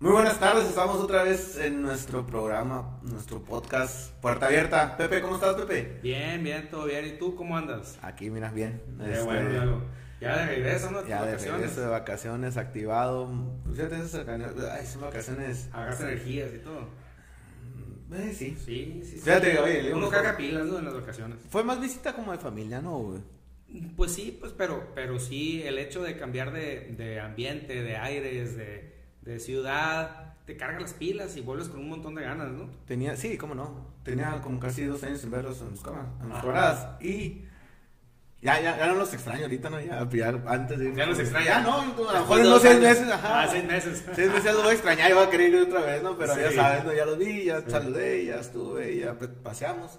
Muy buenas tardes, estamos otra vez en nuestro programa, nuestro podcast Puerta Abierta. Pepe, ¿cómo estás, Pepe? Bien, bien, todo bien. ¿Y tú cómo andas? Aquí, miras bien. Qué Este, bueno, ya, lo- ya de regreso, ¿no? Tus Ya de vacaciones. regreso de vacaciones, activado. Pues ya te esas vacaciones- ay, son vacaciones. Hagas energías y todo. Eh, sí. Sí, sí. sí. Fíjate, oye, le- Uno caga pilas, ¿no? En las vacaciones. Fue más visita como de familia, ¿no, güey? Pues sí, pues, pero, pero sí, el hecho de cambiar de, de ambiente, de aires, de, de ciudad, te carga las pilas y vuelves con un montón de ganas, ¿no? Tenía, sí, cómo no. Tenía como casi dos años sin verlos en mis cámaras, en mis Ajá. camaradas. Y ya, ya, ya no los extraño ahorita, ¿no? Ya, ya antes de Ya los extraña. Ya no, a lo mejor en unos seis meses, ajá. Ah, seis meses. Seis meses ya los voy a extrañar, yo voy a querer ir otra vez, ¿no? Pero ya Sí. sabes, ¿no? ya los vi, ya saludé, ya estuve, ya pues, paseamos.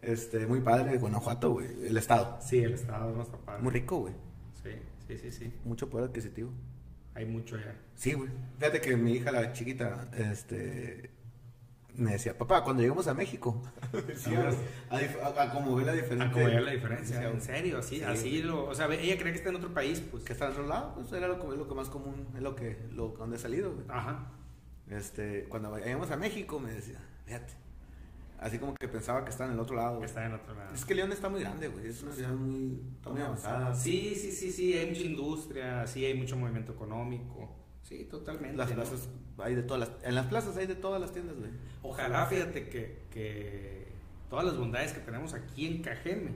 Este, muy padre, Guanajuato, güey. El estado. Sí, el estado no está padre. Muy rico, güey. Sí, sí, sí, sí. Mucho poder adquisitivo. Hay mucho ya. Sí, güey. Fíjate que mi hija, la chiquita, este, me decía, papá, cuando lleguemos a México, sí, Ah. a, dif- a- a como ve la diferencia. A como ver la diferencia. En serio, así, Pues Sí, así güey. lo. O sea, ella cree que está en otro país, pues. Que está en otro lado, pues era lo, que- lo que más común, es lo que, lo donde he salido, güey. Ajá. Este, cuando vayamos a México, me decía, fíjate. Así como que pensaba que está en el otro lado, Que güey. está en otro lado. Es que León está muy grande, güey. Es una ciudad muy, está muy avanzada. Sí, sí, sí, sí, hay mucha industria, sí, hay mucho movimiento económico. Sí, totalmente. Las ¿no? plazas, hay de todas las, en las plazas hay de todas las tiendas, güey. Ojalá, fíjate que, que todas las bondades que tenemos aquí en Cajeme,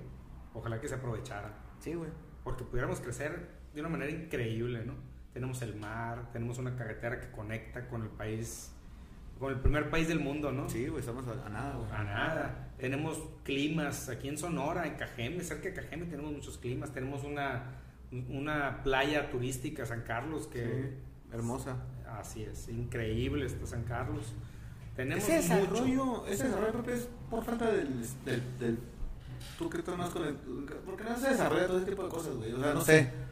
ojalá que se aprovecharan, Sí, güey. porque pudiéramos crecer de una manera increíble, ¿no? Tenemos el mar, tenemos una carretera que conecta con el país, con el primer país del mundo, ¿no? Sí, güey, estamos a, a nada, güey. A nada. Tenemos climas aquí en Sonora, en Cajeme, cerca de Cajeme tenemos muchos climas. Tenemos una, una playa turística, San Carlos, que Sí, hermosa. así es, increíble está San Carlos. Tenemos ese desarrollo, mucho. ese desarrollo propio es por falta del, del, del tú que estás más con el, porque no se desarrolla todo ese tipo de cosas, güey. O sea, no sé.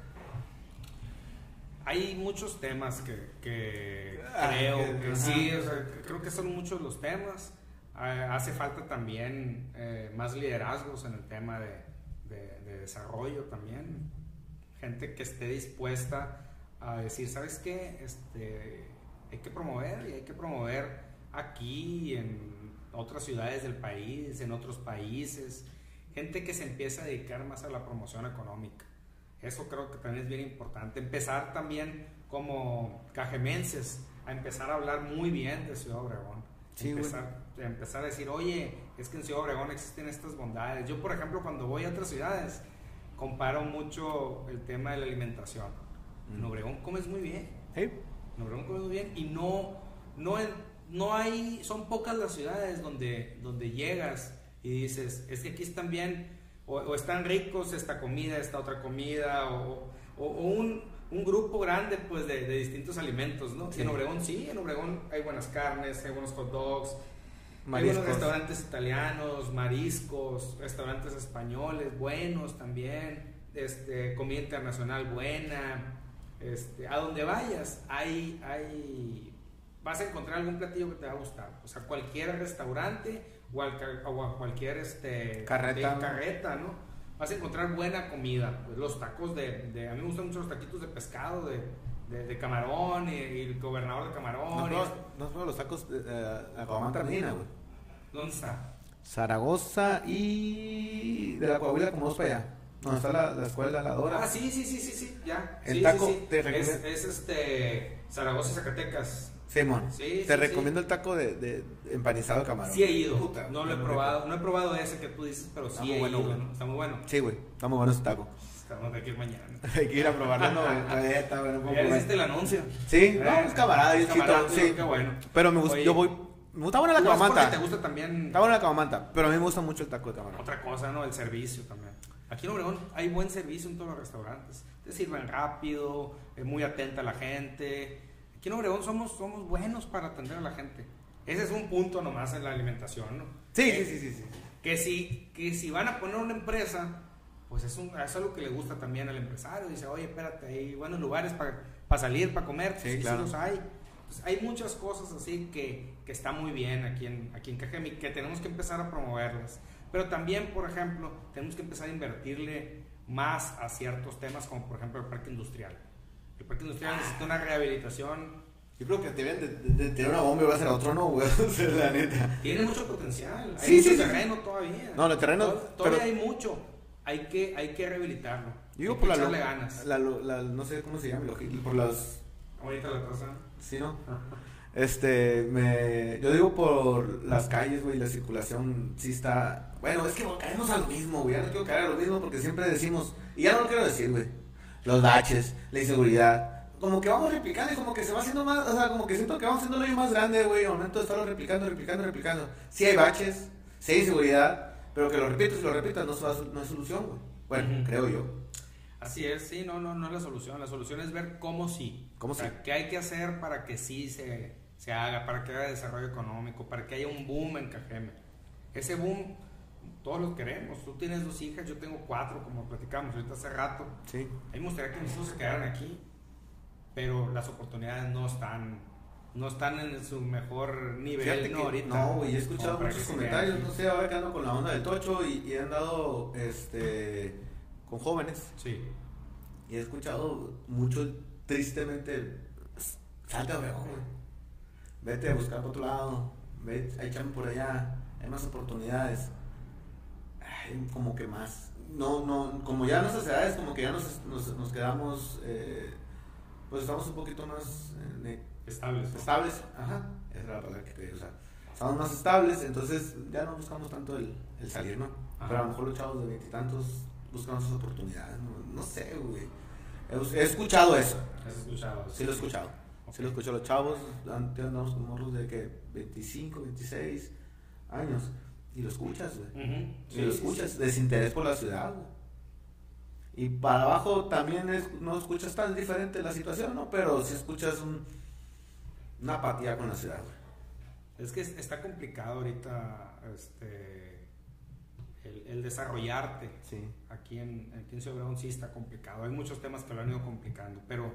Hay muchos temas que, que Ah, creo que- que ajá. sí, o sea, creo que son muchos los temas. Ah, Hace falta también eh, más liderazgos en el tema de, de- de desarrollo también. Gente que esté dispuesta a decir, ¿sabes qué? Este, hay que promover y hay que promover aquí, en otras ciudades del país, en otros países. Gente que se empieza a dedicar más a la promoción económica. Eso creo que también es bien importante. Empezar también como cajemenses a empezar a hablar muy bien de Ciudad Obregón. Sí, güey. empezar, empezar a decir, oye, es que en Ciudad Obregón existen estas bondades. Yo, por ejemplo, cuando voy a otras ciudades, comparo mucho el tema de la alimentación. En Obregón comes muy bien. En Obregón comes muy bien. Y no, no, no hay, son pocas las ciudades donde, donde llegas y dices, es que aquí están bien, o, o están ricos esta comida, esta otra comida, o, o- o un, un grupo grande pues de, de distintos alimentos, ¿no? Sí. En Obregón sí, en Obregón hay buenas carnes, hay buenos hot dogs, Mariscos. hay buenos restaurantes italianos, mariscos, restaurantes españoles buenos también, este, comida internacional buena. Este, a donde vayas, hay, hay, vas a encontrar algún platillo que te va a gustar. O sea, cualquier restaurante o, al ca- o a cualquier este, Carreta, de- ¿no? carreta, ¿no? Vas a encontrar buena comida. Pues, los tacos de, de- A mí me gustan mucho los taquitos de pescado, de, de- de camarón y, y el gobernador de No camarón. y- pruebas, no pruebas los tacos de eh, Aguamanta Medina, güey. ¿Dónde está? Zaragoza y de la Coahuila como dos para allá. Donde está la, la escuela la Dora. Ah, sí, sí, sí, sí, sí, ya. El Sí, taco sí, sí. te es, recomiendo- es este Zaragoza y Zacatecas. Simón, Sí, te sí, recomiendo el taco de, de empanizado de camarón. Sí he ido. Puta, no lo he muy probado, no he probado ese que tú dices, pero Está sí muy he bueno, ido, güey. ¿no? Está muy bueno. rico. Sí, güey, está muy bueno ese taco. Estamos de aquí mañana. Hay que ir a probarlo, no, güey. todavía está bueno. Ya puedo hiciste el probar. anuncio. Eh, Sí, no, es ¿Eh? camarada, es Camarada, chitón, sí. Qué bueno. Pero me gusta, Oye, yo voy. Me gusta buena la tú vas porque te camamanta. gusta también Está buena la camamanta, pero a mí me gusta mucho el taco de camarón. otra cosa, ¿no? El servicio también. Aquí en Obregón hay buen servicio en todos los restaurantes. Te sirven rápido, es muy atenta a la gente. Aquí en Obregón somos, somos buenos para atender a la gente. Ese es un punto nomás en la alimentación, ¿no? Sí, Que- sí, sí, sí. sí. que si, que si van a poner una empresa, pues es, un, es algo que le gusta también al empresario. Dice, oye, espérate, hay buenos lugares para salir, para comer. Pues Sí, sí, sí claro. los hay. Pues hay muchas cosas así que, que está muy bien aquí en, aquí en Cajeme y que tenemos que empezar a promoverlas. Pero también, por ejemplo, tenemos que empezar a invertirle más a ciertos temas, como por ejemplo el parque industrial. El parque industrial necesita una rehabilitación Yo creo que te ven de, de- de tirar una bomba y va a ser otro, no, güey. O sea, la neta. Tiene mucho potencial. Hay Sí, mucho sí, sí. terreno todavía. No, el terreno, Tod- Todavía pero- hay mucho. Hay que, hay que rehabilitarlo. Yo digo Hay por que la, lo- echarle ganas. la lo- la- No sé cómo se llama, lo- por las. Ahorita la cosa. Sí, ¿no? Este, me, yo digo por las calles, güey, la circulación sí está... Bueno, es que güey, caemos a lo mismo, güey, ya no quiero caer a lo mismo porque siempre decimos... Y ya no lo quiero decir, güey. Los baches, la inseguridad. Como que vamos replicando y como que se va haciendo más... O sea, como que siento que vamos haciendo lo más grande, güey, al momento de estarlo replicando, replicando, replicando. Sí hay baches, sí hay inseguridad, pero que lo repitas y lo repitas no, es- no es solución, güey. Bueno, Ujú. creo yo. Así es, sí, no, no, no es la solución. La solución es ver cómo sí. ¿Cómo O sea, sí? ¿Qué hay que hacer para que sí se, se haga, para que haya desarrollo económico, para que haya un boom en Cajeme? Ese boom, todos lo queremos. Tú tienes dos hijas, yo tengo cuatro, como platicamos ahorita hace rato. Sí. A mí me gustaría que mis hijos se quedaran aquí, pero las oportunidades no están, no están en su mejor nivel Fíjate no, que- ahorita. no, güey, he escuchado Como para muchos que se quedaran comentarios, aquí. no sé, ahora que ando con la onda del tocho y, y he andado este, con jóvenes Sí, y he escuchado mucho, tristemente, "S- salte a Obregón, güey. Vete a buscar por otro lado, vete, hay chamba por allá, hay más oportunidades. Ay, como que más. No, no, como ya nuestras edades, como que ya nos, nos, nos quedamos, eh, pues estamos un poquito más eh, ne- estables. ¿no? estables, ajá, esa era la palabra que te o sea, estamos más estables, entonces ya no buscamos tanto el, el salir, ¿no? Ajá. Pero a lo mejor los chavos de veintitantos buscan sus oportunidades, no, no sé, güey. He, bus- he escuchado eso, ¿Has escuchado? sí lo he escuchado. Sí lo Ok. escucho, los chavos, antes andamos con morros de que 25, 26 años, y lo escuchas, güey. Ujú, Y lo escuchas, desinterés por la ciudad, güey. Y para abajo también es- no escuchas tan diferente la situación, ¿no? Pero si escuchas un- una apatía con la ciudad, güey. Es que es- está complicado ahorita este, el, el desarrollarte. Sí. Aquí en, aquí en Ciudad Obregón sí está complicado. Hay muchos temas que lo han ido complicando, pero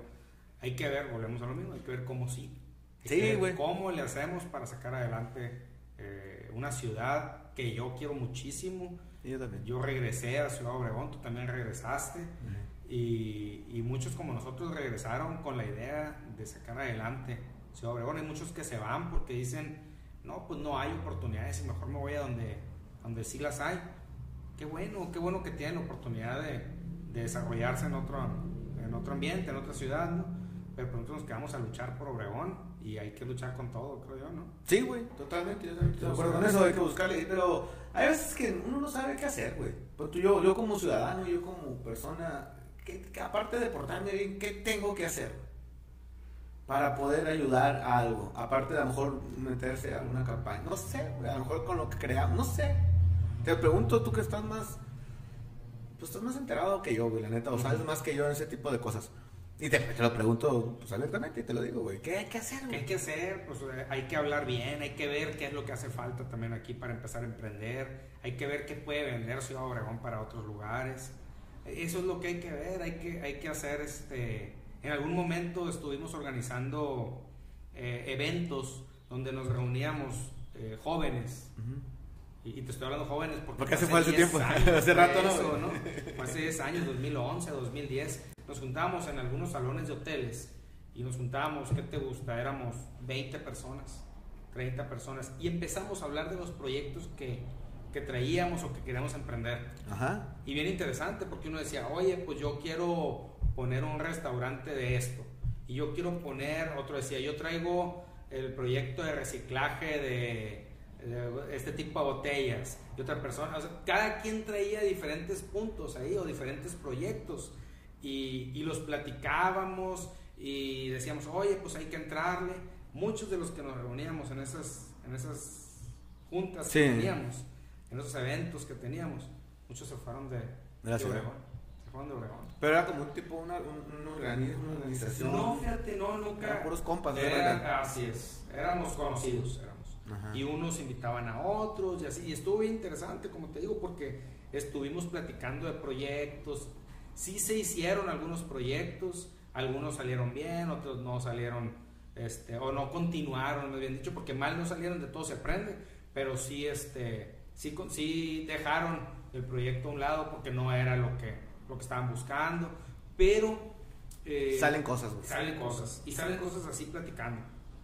hay que ver, volvemos a lo mismo, hay que ver cómo sí. Hay Sí, que ver güey. ¿Cómo le hacemos para sacar adelante eh, una ciudad que yo quiero muchísimo? Y yo también. Yo regresé a Ciudad Obregón, tú también regresaste. Y, y muchos como nosotros regresaron con la idea de sacar adelante Ciudad Obregón. Hay muchos que se van porque dicen, no, pues no hay oportunidades y mejor me voy a donde, donde sí las hay. Qué bueno, qué bueno que tienen la oportunidad de, de desarrollarse en otro, en otro ambiente, en otra ciudad, ¿no? Pero por nosotros nos quedamos a luchar por Obregón y hay que luchar con todo, creo yo, ¿no? Sí, güey, totalmente. Yo también estoy de acuerdo con eso, hay que buscarle. Pero hay veces que uno no sabe qué hacer, güey. Pero tú, yo, yo como ciudadano, yo como persona, que, que aparte de portarme bien, ¿qué tengo que hacer? Para poder ayudar a algo. Aparte de a lo mejor meterse a alguna campaña. No sé, güey, a lo mejor con lo que creamos, no sé. Te pregunto tú que estás más. Pues estás más enterado que yo, güey, la neta. O sabes más que yo en ese tipo de cosas. Y te, te lo pregunto, pues abiertamente y te lo digo, güey. ¿Qué hay que hacer, ¿Qué hay güey? que hacer? Pues eh, hay que hablar bien, hay que ver qué es lo que hace falta también aquí para empezar a emprender, hay que ver qué puede vender Ciudad Obregón para otros lugares. Eso es lo que hay que ver, hay que, hay que hacer este... En algún momento estuvimos organizando eh, eventos donde nos reuníamos eh, jóvenes, Ujú. y, y te estoy hablando jóvenes porque, Porque hace fue falta 10 tiempo, años hace de rato, ¿no? eso, Fue hace 10 años, 2011, 2010, nos juntábamos en algunos salones de hoteles y nos juntábamos, ¿qué te gusta? Éramos 20 personas, 30 personas y empezamos a hablar de los proyectos que, que traíamos o que queríamos emprender. Ajá. Y bien interesante porque uno decía, oye, pues yo quiero poner un restaurante de esto. Y yo quiero poner, otro decía, yo traigo el proyecto de reciclaje de, de este tipo de botellas. Y otra persona, o sea, cada quien traía diferentes puntos ahí o diferentes proyectos. Y, y los platicábamos y decíamos, oye, pues hay que entrarle. Muchos de los que nos reuníamos en esas, en esas juntas que Sí. teníamos, en esos eventos que teníamos, Muchos se fueron de, De la de ciudad. Obregón. Se fueron de Obregón. Pero era como un tipo, una, un, un organismo, una organización. No, fíjate, no, Eran nunca. puros compas, ¿no? Era- Eh, así es. Éramos conocidos, éramos. Ajá. Y unos invitaban a otros y así. Y estuvo bien interesante, como te digo, porque estuvimos platicando de proyectos. Sí se hicieron algunos proyectos, algunos salieron bien, otros no salieron, este, o no continuaron, me bien dicho, porque mal no salieron, de todo se aprende, pero sí, este, sí, con- sí dejaron el proyecto a un lado porque no era lo que, lo que estaban buscando, pero eh, eh, Salen cosas, güey. Salen cosas. Y salen cosas así platicando.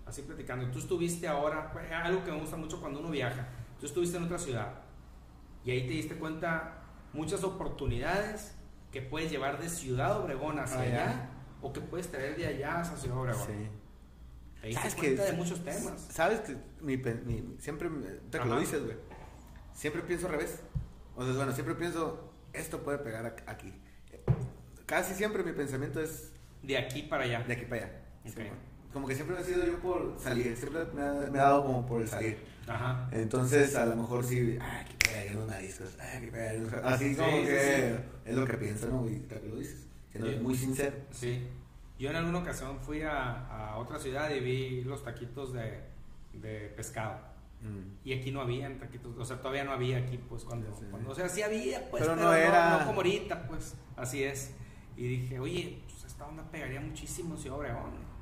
Así platicando. Tú estuviste ahora, pues, algo que me gusta mucho cuando uno viaja. Tú estuviste en otra ciudad. Y ahí te diste cuenta muchas oportunidades que puedes llevar de Ciudad Obregón hacia Allá. allá o que puedes traer de allá hacia Ciudad Obregón. Ah, Sí. Ahí te ¿Sabes das que- cuenta de muchos temas. Sabes que mi, pe- mi- siempre, me- ahorita que lo Ajá. dices, güey, siempre pienso al revés. O sea, bueno, siempre pienso, esto puede pegar ac- aquí. Casi siempre mi pensamiento es De aquí para allá. de aquí para allá. Ok. Simón. Como que siempre he sido yo por salir, siempre me ha, me ha dado como por el salir. Ajá. Entonnos a lo mejor sí, ah, aquí pegaría unos mariscos, ah, aquí pegaría unos... Así Sí, como sí, que es lo que pienso, ¿no? Y te lo dices, siendo Sí. muy sincero. Sí. Yo en alguna ocasión fui a, a otra ciudad y vi los taquitos de, de pescado. Y aquí no habían taquitos, pues, o sea, todavía no había aquí, pues, cuando, Sí. cuando o sea, sí había, pues, Pero no era- no como ahorita, pues, así es. Y dije, oye, pues, esta onda pegaría muchísimo en Ciudad Obregón.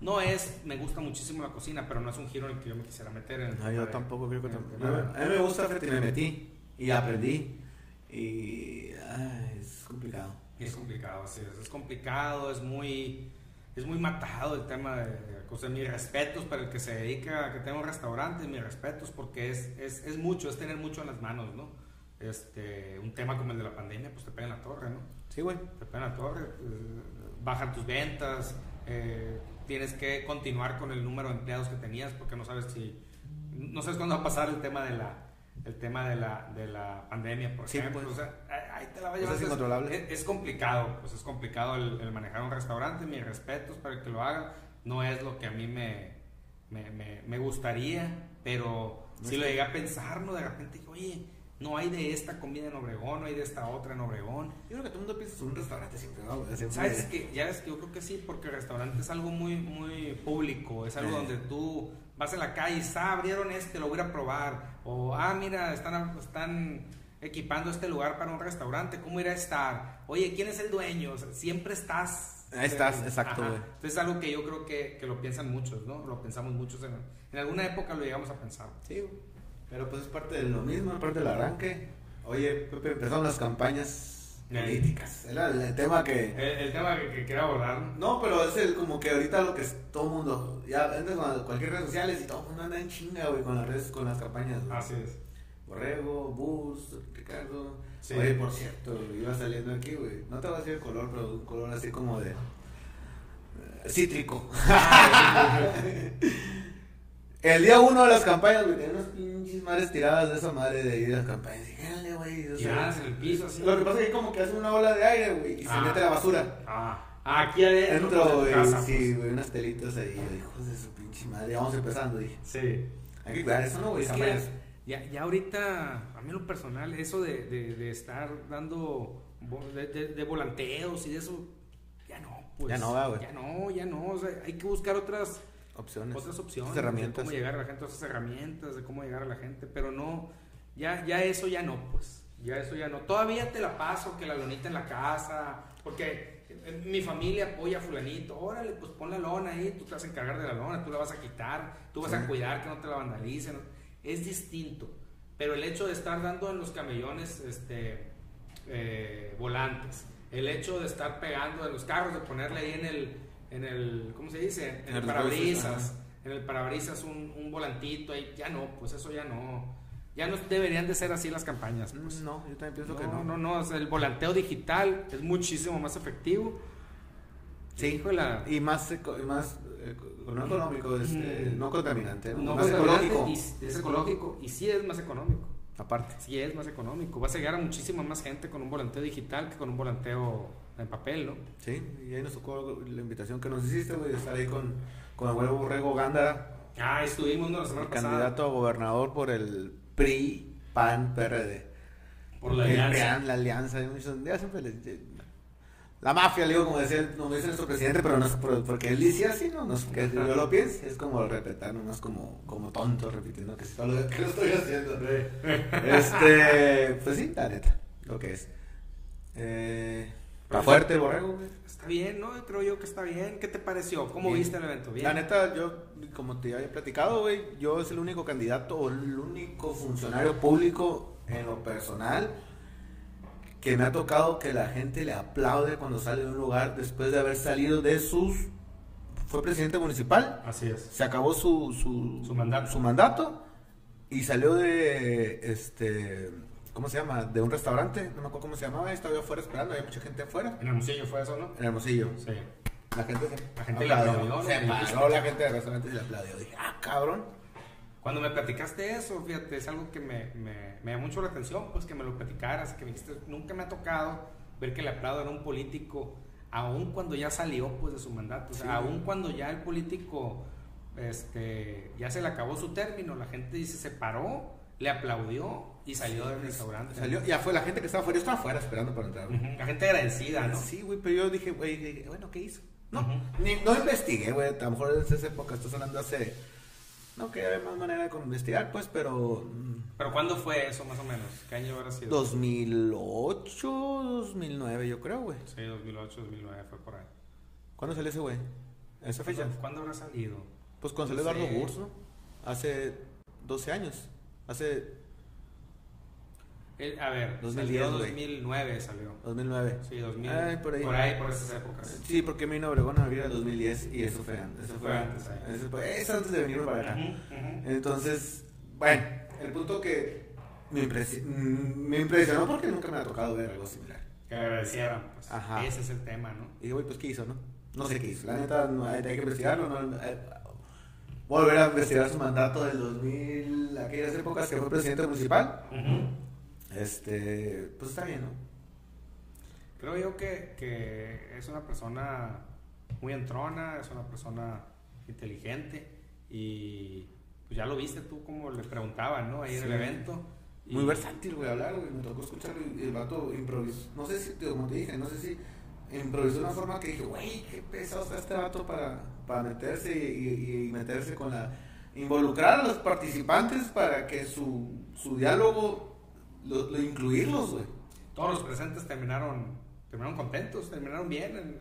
No es, me gusta muchísimo la cocina, pero no es un giro en el que yo me quisiera meter. En el No, tema Ah, yo de- tampoco creo que en el tampoco. tema de- A mí me gusta, fíjate, me metí y aprendí. Y ay, es complicado. Es complicado, así es. Es complicado, es muy, es muy matado el tema de, de cosas. Mis respetos para el que se dedica a que tenga un restaurante, mis respetos porque es, es, es mucho, es tener mucho en las manos, ¿no? Este, un tema como el de la pandemia, pues te pega en la torre, ¿no? Sí, güey. Te pega en la torre, eh, bajan tus ventas, eh, tienes que continuar con el número de empleados que tenías porque no sabes si, no sabes cuándo va a pasar el tema de la, el tema de la, de la pandemia, por Sí, ejemplo. pues. O sea, ahí te la va Pues es llevando. incontrolable. Es- es complicado, pues es complicado el, el manejar un restaurante, mis respetos para el que lo haga, no es lo que a mí me, me, me- me gustaría, pero No si es lo que- llegué a pensar, ¿no? De repente, digo, oye, no hay de esta comida en Obregón, no hay de esta otra en Obregón. Yo creo que todo el mundo piensa en un restaurante siempre, ¿no? güey? Siempre- ¿Sabes que Ya ves que yo creo que sí, porque el restaurante es algo muy, muy público, es algo Sí. donde tú vas en la calle y ah, abrieron este, lo voy a ir a probar, o ah, mira, están, están equipando este lugar para un restaurante, ¿cómo ir a estar? Oye, ¿quién es el dueño? O sea, siempre estás. eh, Ahí estás, exacto, Ajá. güey. Entonces es algo que yo creo que, que lo piensan muchos, ¿no? Lo pensamos muchos, en, en alguna época lo llegamos a pensar. Sí, güey. Pero pues es parte de lo mismo, es parte del arranque. Oye, Pepe, empezaron las campañas Ya. políticas. Era el tema que. El, el tema que, que quería abordar, ¿no? No, pero es el, como que ahorita lo que es todo el mundo. Ya entras con cualquier redes sociales y todo el mundo anda en chinga, güey, con las redes, con las campañas, güey. así es. Borrego, Bus, Ricardo. Sí. Oye, por cierto, güey, iba saliendo aquí, güey. No te voy a decir el color, pero un color así como de. eh, cítrico. el día uno de las campañas, güey, tenía unas pinches madres tiradas de esa madre de ahí de las campañas. Dije, "Dale, güey. o sea, Tiradas en el piso, así. lo que pasa es que como que hace una ola de aire, güey, y se Ah. mete la basura. Ah, aquí adentro. pues, Dentro, en güey, casa, sí, güey, unas telitas ahí, güey, hijos de su pinche madre. Ya vamos empezando, dije. pues. Sí. Hay que cuidar eso, ¿no, güey? Es que Campañas. ya, ya ahorita, a mí lo personal, eso de, de- de estar dando vo- de, de- de volanteos y de eso, ya no, pues. Ya no va, güey. Ya no, ya no. o sea, hay que buscar otras, Opciones. otras opciones. Otras herramientas. De cómo llegar a la gente, otras herramientas, de cómo llegar a la gente, pero no, ya, ya eso ya no, pues. Ya eso ya no. Todavía te la paso, que la lonita en la casa, porque eh, mi familia apoya a fulanito, órale, pues pon la lona ahí, tú te vas a encargar de la lona, tú la vas a quitar, tú vas Sí. a cuidar que no te la vandalicen. Es distinto, pero el hecho de estar dando en los camellones este, eh, volantes, el hecho de estar pegando en los carros, de ponerle ahí en el, en el ¿cómo se dice? En En el los parabrisas bolsos, en el parabrisas un, un volantito ahí, ya no, pues eso ya no, ya no deberían de ser así las campañas. Pues. Mm, No, yo también pienso no, que no. no, no, o sea, el volanteo digital es muchísimo más efectivo. Híjola. Y más, eco- y más eh, co- no económico, este, Mm. no contaminante, ¿no? No más es ecológico. ecológico. Y, es ecológico y sí es más económico. Aparte. Sí es más económico. Vas a llegar a muchísima más gente con un volanteo digital que con un volanteo en papel, ¿no? Sí, y ahí nos tocó la invitación que nos hiciste, güey, de estar ahí con, con Abuelo Borrego Gándara, Ah, estuvimos ¿no? la el semana pasada candidato a gobernador por el PRI, PAN, PRD. por la El alianza. PRIAN, la alianza. yo muchos- ya siempre les- eh, la mafia, le digo, como decía, no dice nuestro presidente, pero no es por- porque él dice así, no, no es porque yo lo piense, es como repetir, no es como, como tonto repitiendo que sí, lo que lo estoy haciendo. Este, pues sí, la neta, lo que es. Eh, está fuerte, el borrego. güey. Está bien, ¿no? Creo yo que está bien. ¿Qué te pareció? ¿Cómo Bien. viste el evento? Bien. La neta, yo, como te había platicado, güey, yo es el único candidato o el único funcionario público en lo personal que me ha tocado que la gente le aplaude cuando sale de un lugar después de haber salido de sus... Fue presidente municipal, Así es. se acabó su, su, Su mandato. su mandato, y salió de, este, ¿cómo se llama? De un restaurante, no me acuerdo cómo se llamaba, y estaba yo afuera esperando, había mucha gente afuera, En Hermosillo fue eso, ¿no? en Hermosillo. Sí. La gente se La gente le aplaudió, ¿no? Se Y- paró la gente del restaurante y le aplaudió. Dije, ah, cabrón. Cuando me platicaste eso, fíjate, es algo que me, me, me llamó mucho la atención, pues que me lo platicaras, que me dijiste, nunca me ha tocado ver que le aplaudan a un político, aun cuando ya salió pues de su mandato, o sea, Sí. aun cuando ya el político este, ya se le acabó su término, la gente dice, se paró, le aplaudió y salió del restaurante. Salió, ya fue la gente que estaba afuera. Yo estaba afuera esperando para entrar. güey. Ujú, La gente agradecida, ¿no? Sí, güey, pero yo dije, güey, dije, bueno, ¿qué hizo? No, Ujú. ni- no investigué, güey. A lo mejor desde esa época estás hablando hace. No, que había más manera de investigar, pues, pero. mm, Pero ¿cuándo fue eso más o menos? ¿Qué año habrá sido? 2008, 2009, yo creo, güey. Sí, 2008, 2009 fue por ahí. ¿Cuándo salió ese güey? ¿A esa fecha? ¿Cuándo, cuándo habrá salido? Pues cuando No salió Eduardo sé. Burso, Hace 12 años. Hace Eh, a ver, 2010, salió güey. 2009 salió. 2009. Sí, 2000. Ay, por ahí. Por ahí, por esas épocas. Sí, porque me vino a Obregón a abrir el 2010 y eso fue antes. Eso fue antes. ahí. Eso fue- es antes de venir para acá. Ujú, ujú. Entonces, bueno, el punto que me, impresi- mm, me impresionó porque nunca me ha tocado ver algo similar. Que agradecieran, pues. Ajá. Ese es el tema, ¿no? Y dije, güey, pues ¿qué hizo, no? No sé qué hizo. La neta, no, hay, hay que investigarlo. No, Eh, volver a investigar su mandato del 2000, aquellas épocas que fue presidente municipal. Este, pues está bien, ¿no? Creo yo que, que es una persona muy entrona, es una persona inteligente y pues ya lo viste tú como le preguntaban, ¿no? Ahí en el Sí. evento. Y- Muy versátil, güey, hablar, güey. Me tocó escucharlo y el vato improvisó. No sé si, te- como te dije, no sé si improvisó de una forma que dije, güey, qué pesado está este vato para, para meterse y, y- y meterse con la. Involucrar a los participantes para que su, su diálogo, lo, lo- incluirlos, güey. Todos los presentes terminaron, terminaron contentos, terminaron bien. en-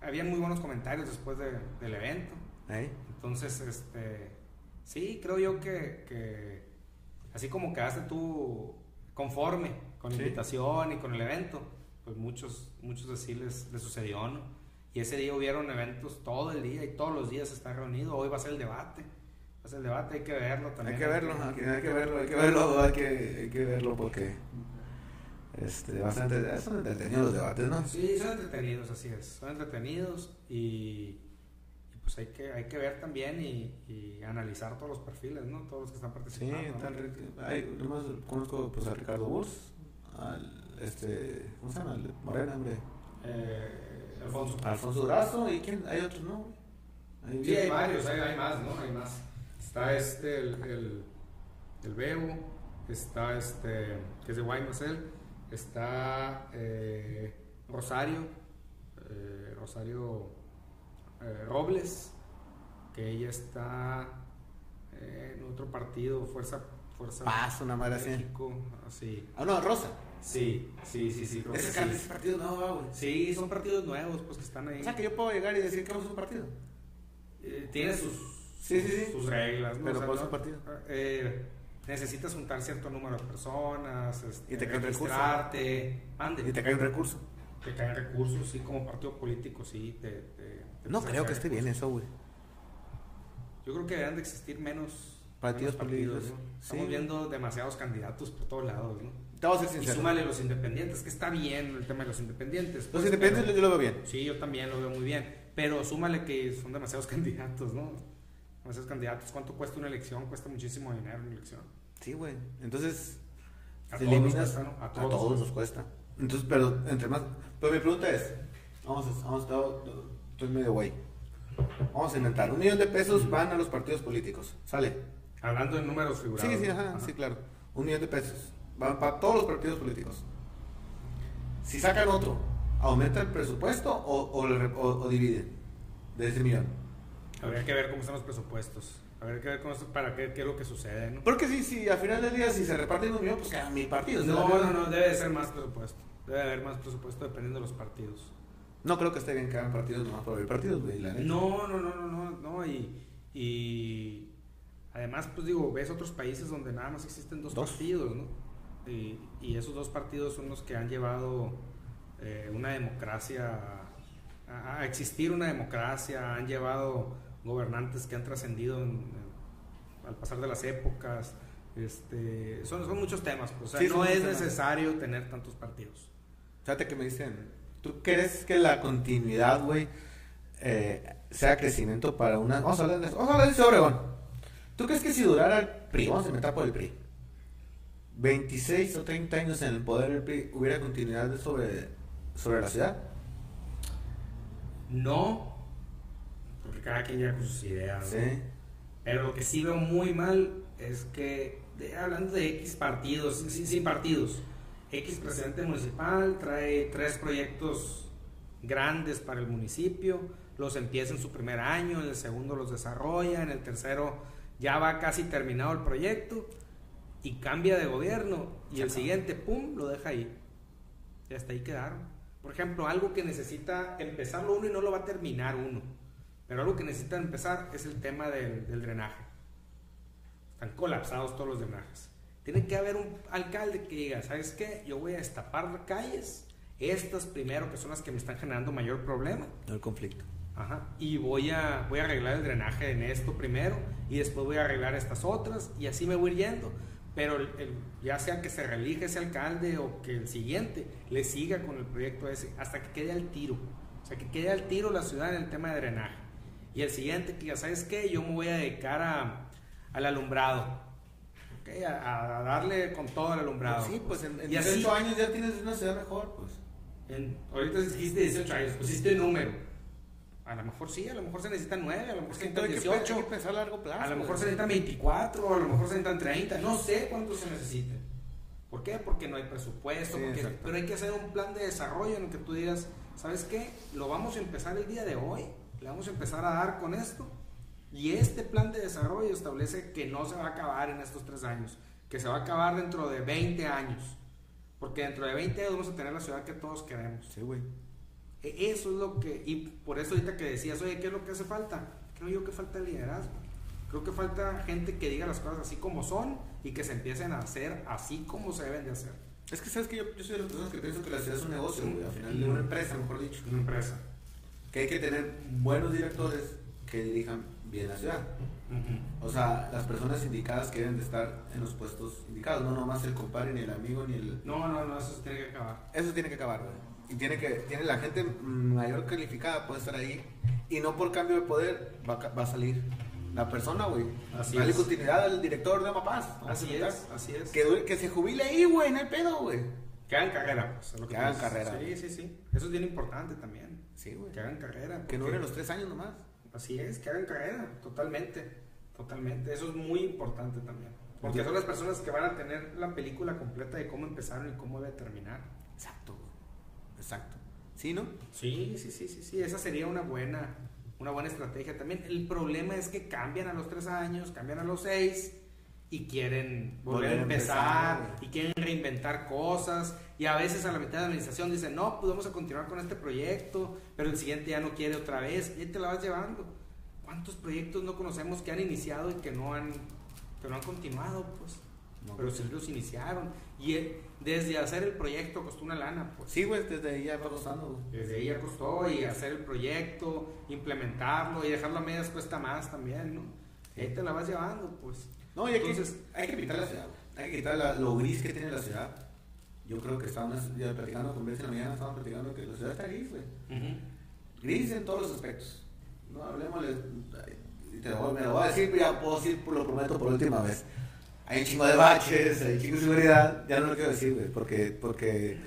Había muy buenos comentarios después de- del evento. Entonces, este, sí, creo yo que, que así como quedaste tú conforme con la Sí. invitación y con el evento, pues muchos, muchos así les, les sucedió, ¿no? Y ese día hubieron eventos todo el día y todos los días está reunido. Hoy va a ser el debate. Va a ser el debate, hay que verlo también. Hay que verlo, hay que, hay que verlo, hay que verlo, hay que, hay que verlo porque. Este, bastante. Son entretenidos los debates, ¿no? Sí, son entretenidos, así es. Son entretenidos y, y pues hay que, hay que ver también y, y analizar todos los perfiles, ¿no? Todos los que están Sí, participando. Ah, ¿no? tal Rick- ay, yo más conozco pues, a Ricardo Burs, al este, ¿cómo se llama? El de Morena, hombre. Eh, Alfonso. Alfonso Durazo y quién, hay otros, ¿no? Hay- Sí, hay varios, hay, hay más, ¿no? Hay más. Está este, el, el, el Bebo, está este, que es de Guaymas él, está eh, Rosario, eh, Rosario eh, Robles, que ella está eh, en otro partido, Fuerza, Fuerza Paz, una madre así. México, así. Ah, no, Rosa. Sí, sí, sí, sí, creo que Ese, sí. cambio- ese partido no va, güey. Sí, son partidos nuevos, pues que están ahí. O sea, que yo puedo llegar y decir que vamos a un partido. Eh, tiene sus, Sí, sí, sí. sus reglas, ¿no? Pero por no- su partido. eh, necesitas juntar cierto número de personas, este, Y te caen recursos. registrarte, mande. Y te cae un recurso. Te caen recursos, sí, como partido político, sí. Te, te- te No empiezan a creo caer que esté bien recursos. eso, güey. Yo creo que deberían de existir menos Partidos menos políticos, ¿no? sí. Estamos viendo demasiados candidatos por todos lados, ¿no? Te voy a ser Y sincero. súmale los independientes, que está bien el tema de los independientes. Los pues, independientes pero- yo lo veo bien. Sí, yo también lo veo muy bien. Pero súmale que son demasiados candidatos, ¿no? Demasiados candidatos. ¿Cuánto cuesta una elección? Cuesta muchísimo dinero una elección. Sí, güey. Entonces, A te todos nos eliminas- cuesta, ¿no? a todos. nos cuesta. Entonces, pero entre más. Pero mi pregunta es: vamos a. Vamos a estoy medio güey. Vamos a inventar. Un millón de pesos van a los partidos políticos. Sale. Hablando de números figurados. Sí, sí, ajá, Ajá. sí, claro. Un millón de pesos. Van para todos los partidos políticos. Si sacan otro, ¿aumenta el presupuesto o, o, le re- o- o dividen de ese millón? Habría que ver cómo están los presupuestos. Habría que ver cómo es- para qué, qué es lo que sucede, ¿no? Porque si, si al final del día, si se reparten un millón, pues cada mi partido. No, no, no, debe de ser más presupuesto. Debe haber más presupuesto dependiendo de los partidos. No creo que esté bien que hagan partidos nomás por haber partidos, güey. la neta. No, no, no, no, no, no. Y, y además, pues digo, ves otros países donde nada más existen dos, Dos. partidos, ¿no? Y, y esos dos partidos son los que han llevado eh, una democracia a, a existir una democracia, han llevado gobernantes que han trascendido en- en- al pasar de las épocas. Este, son, son muchos temas, pues, o sea, Sí, son no es muchos temas. necesario tener tantos partidos. Fíjate que me dicen, ¿tú crees que la continuidad, güey, eh, sea crecimiento para una... Vamos a hablar de eso. Vamos a hablar de ese Obregón. ¿Tú crees que si durara el PRI, vamos a inventar por el PRI, 26 o 30 años en el poder del PRI, hubiera continuidad de sobre, sobre la ciudad? No, porque cada quien llega con sus ideas. ¿no? Sí. Pero lo que sí veo muy mal es que, de- hablando de X partidos, sin, sin partidos, X presidente municipal trae tres proyectos grandes para el municipio, los empieza en su primer año, en el segundo los desarrolla, en el tercero ya va casi terminado el proyecto y cambia de gobierno y Se el acabó. siguiente, ¡pum!, lo deja ahí. Y hasta ahí quedaron. Por ejemplo, algo que necesita empezarlo uno y no lo va a terminar uno. Pero algo que necesita empezar es el tema del, del drenaje. Están colapsados todos los drenajes. Tiene que haber un alcalde que diga, ¿sabes qué? Yo voy a destapar calles, estas primero que son las que me están generando mayor problema, No el conflicto. Ajá. y voy a, voy a arreglar el drenaje en esto primero y después voy a arreglar estas otras y así me voy a ir yendo. Pero el- el- ya sea que se reelija ese alcalde o que el siguiente le siga con el proyecto ese hasta que quede al tiro. O sea, que quede al tiro la ciudad en el tema de drenaje. Y el siguiente que ya sabes qué, yo me voy a dedicar a, al alumbrado. ¿ok? A, a darle con todo al alumbrado. Sí, pues en, en Y así- 18 años ya tienes una ciudad mejor, pues. En- ahorita dijiste 18 años, pusiste pues número. A lo mejor sí, a lo mejor se necesitan 9, a lo mejor Es se que necesitan hay que, pe- 18, hay que pensar a largo plazo. a lo mejor güey. se necesitan 24, a lo mejor se necesitan 30, no sé cuántos se necesitan. ¿Por qué? Porque no hay presupuesto, Sí, porque- exacto. pero hay que hacer un plan de desarrollo en el que tú digas, ¿sabes qué? Lo vamos a empezar el día de hoy, le vamos a empezar a dar con esto, y este plan de desarrollo establece que no se va a acabar en estos tres años, que se va a acabar dentro de 20 años, porque dentro de 20 años vamos a tener la ciudad que todos queremos. Sí, güey. E- Eso es lo que, y por eso ahorita que decías, oye, ¿qué es lo que hace falta? Creo yo que falta liderazgo. Creo que falta gente que diga las cosas así como son y que se empiecen a hacer así como se deben de hacer. Es que sabes que yo, yo soy de las personas que pienso que la ciudad es un negocio, güey. Al final, de una empresa, mejor dicho. Una empresa. que hay que tener buenos directores que dirijan bien la ciudad. O sea, las personas indicadas que deben de estar en los puestos indicados, no nomás el compadre, ni el amigo, ni el... No, no, no, eso se tiene que acabar. Eso tiene que acabar, güey. Y tiene que, tiene la gente mayor calificada puede estar ahí. Y no por cambio de poder va, a ca- va a salir la persona, güey. Así Dale es. continuidad al director de Mapaz. Vamos a Así inventar. es, así es. Que, dure- que se jubile ahí, güey, no hay pedo, güey. Que hagan carrera, pues. es lo Que tú hagan dices. carrera. Sí, sí, sí. Eso es bien importante también. Sí, güey. Que hagan carrera. Que no dure porque- los tres años nomás. Así es, que hagan carrera, totalmente, totalmente. Eso es muy importante también. Porque son las personas que van a tener la película completa de cómo empezaron y cómo debe terminar. Exacto, güey. Exacto. ¿Sí, no? Sí, sí, sí, sí, sí. Esa sería una buena, una buena estrategia también. El problema es que cambian a los tres años, cambian a los seis y quieren Volver volver, a a empezar, empezar, y quieren reinventar cosas. Y a veces a la mitad de la administración dicen, no, pues vamos a continuar con este proyecto, pero el siguiente ya no quiere otra vez. Y ahí te la vas llevando. ¿Cuántos proyectos no conocemos que han iniciado y que no han, que no han continuado? Pues, No, pero pues, sí los iniciaron. Y eh, desde hacer el proyecto costó una lana, pues. Sí, güey, desde ahí ya va costando, güey. Desde ahí ya costó y hacer el proyecto, implementarlo y dejarlo a medias cuesta más también, ¿no? Y ahí te la vas llevando, pues. No, y hay, Entonces- que, hay que pintar la ciudad. güey. Hay que quitar la- lo gris que tiene la ciudad. Yo creo que estábamos ya platicando con Bess en la mañana, estábamos platicando que la ciudad está gris, güey. Gris en todos los aspectos. No hablemos, te lo, voy- me lo voy a decir, pero ya puedo decir, por- lo prometo por última vez. Hay un chingo de baches, hay un chingo de seguridad. Ya no lo quiero decir, güey, porque, porque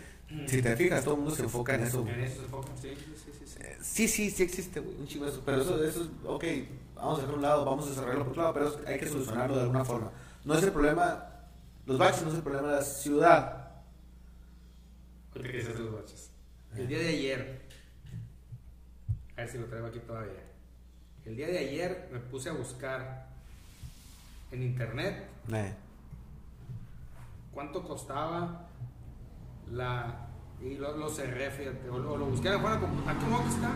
si te fijas, todo el mundo se enfoca en eso. güey. En eso se enfocan, sí, sí, sí, sí. Eh, Sí, sí, sí existe, güey, un chingo de eso. Pero eso, eso es, ok, vamos a dejar a un lado, vamos a desarrollarlo por otro lado, pero eso hay que solucionarlo de alguna forma. No es el problema, los baches no es el problema de la ciudad. Ahorita que dices los baches. Eh. El día de ayer, a ver si lo traigo aquí todavía. El día de ayer me puse a buscar en internet Eh, cuánto costaba la. Y lo, lo cerré, fíjate. O lo, lo busqué afuera. como- Aquí, no, aquí está.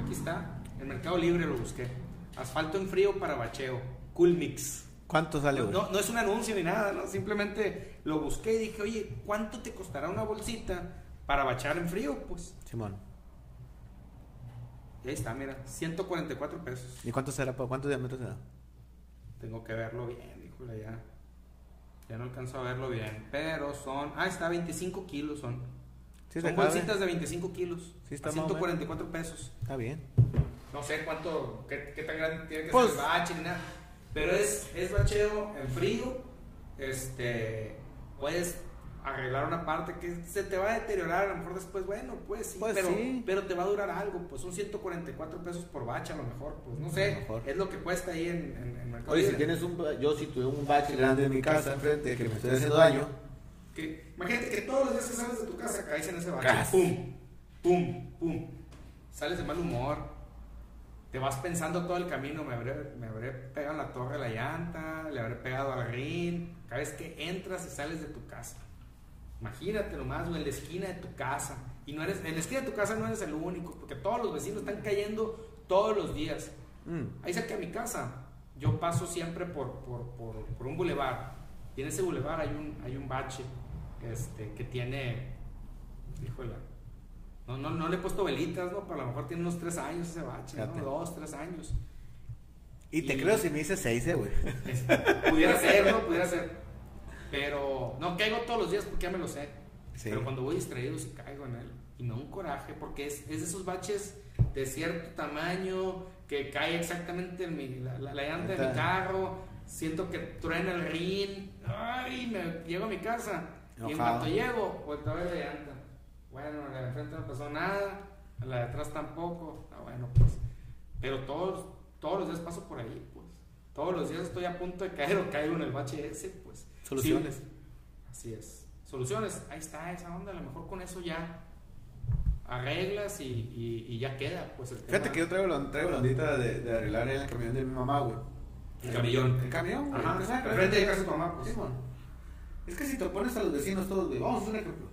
Aquí está. En Mercado Libre lo busqué. Asfalto en frío para bacheo. Cool Mix. ¿Cuánto sale, güey? No, no es un anuncio ni nada, ¿no? Simplemente lo busqué y dije, oye, ¿cuánto te costará una bolsita para bachar en frío? Pues, Simón. y ahí está, mira, 144 pesos. ¿Y cuánto será? pa- ¿Cuántos diámetros será? Tengo que verlo bien, híjole, ya. Ya no alcanzo a verlo bien. Pero son. Ah, está 25 kilos son. Sí, son te cabe. bolsitas de 25 kilos. Sí, está a más o menos. 144 pesos. Está bien. No sé cuánto. Qué, qué tan grande tiene que Pues- ser el bache ni nada. Pero es, es bacheo en frío. Este. Puedes arreglar una parte que se te va a deteriorar. A lo mejor después, bueno, pues sí. Pues pero, sí. pero te va a durar algo. Pues son 144 pesos por bache a lo mejejor. Pues no sé. A lo mejor. Es lo que cuesta ahí en, en, en Mercado Oye, si Libre. tienes un. ba- Yo si tuve un bache grande en mi casa enfrente que me estoy haciendo daño. Que, imagínate que todos los días que sales de tu casa caes en ese Cas. bache. Pum, pum, pum. Sales de mal humor. Te vas pensando todo el camino. Me habré, me habré pegado en la torre de la llanta. Le habré pegado al rin. Cada vez que entras y sales de tu casa. Imagínate nomás, güey, en la esquina de tu casa. Y no eres, en la esquina de tu casa no eres el único. Porque todos los vecinos están cayendo todos los días. Mm. Ahí cerca de mi casa, yo paso siempre por, por, por, por un bulevar. Y en ese bulevar hay un, hay un bache este, que tiene. Híjole. No, no, no le he puesto velitas, ¿no? Pero a lo mejor tiene unos tres años ese bache, ¿no? Fíjate. Dos, tres años. Y te Y- creo si me dices 6, eh, güey. Este, Pudiera ser, ¿no? Pudiera ser. Pero no caigo todos los días porque ya me lo sé. Sí. Pero cuando voy distraído sí caigo en él. Y me da un coraje porque es, es de esos baches de cierto tamaño que cae exactamente en mi, la, la- la llanta de mi Neta. carro. Siento que truena el rin. Ay, me llego a mi casa. Y en Enojado. cuanto llego, volteo a ver la llanta. Bueno, la de enfrente no pasó nada. a La de atrás tampoco. Ah, bueno, pues. Pero todos, todos los días paso por ahí, pues. Todos los días estoy a punto de caer o caigo en el bache ese, pues. Soluciones. Sí. Así es. Soluciones. Ahí está esa onda. A lo mejor con eso ya arreglas y, y- y ya queda, pues el tema. Fíjate que yo traigo la, traigo la ondita de, de arreglar el camión de mi mamá, güey. El camellón. El camión, güey. Ajá, Pues, ah, al frente de casa de tu mamá, pues. Sí, bueno. Es que si te opones a los vecinos todos, güey. Vamos a hacer un ejemplo.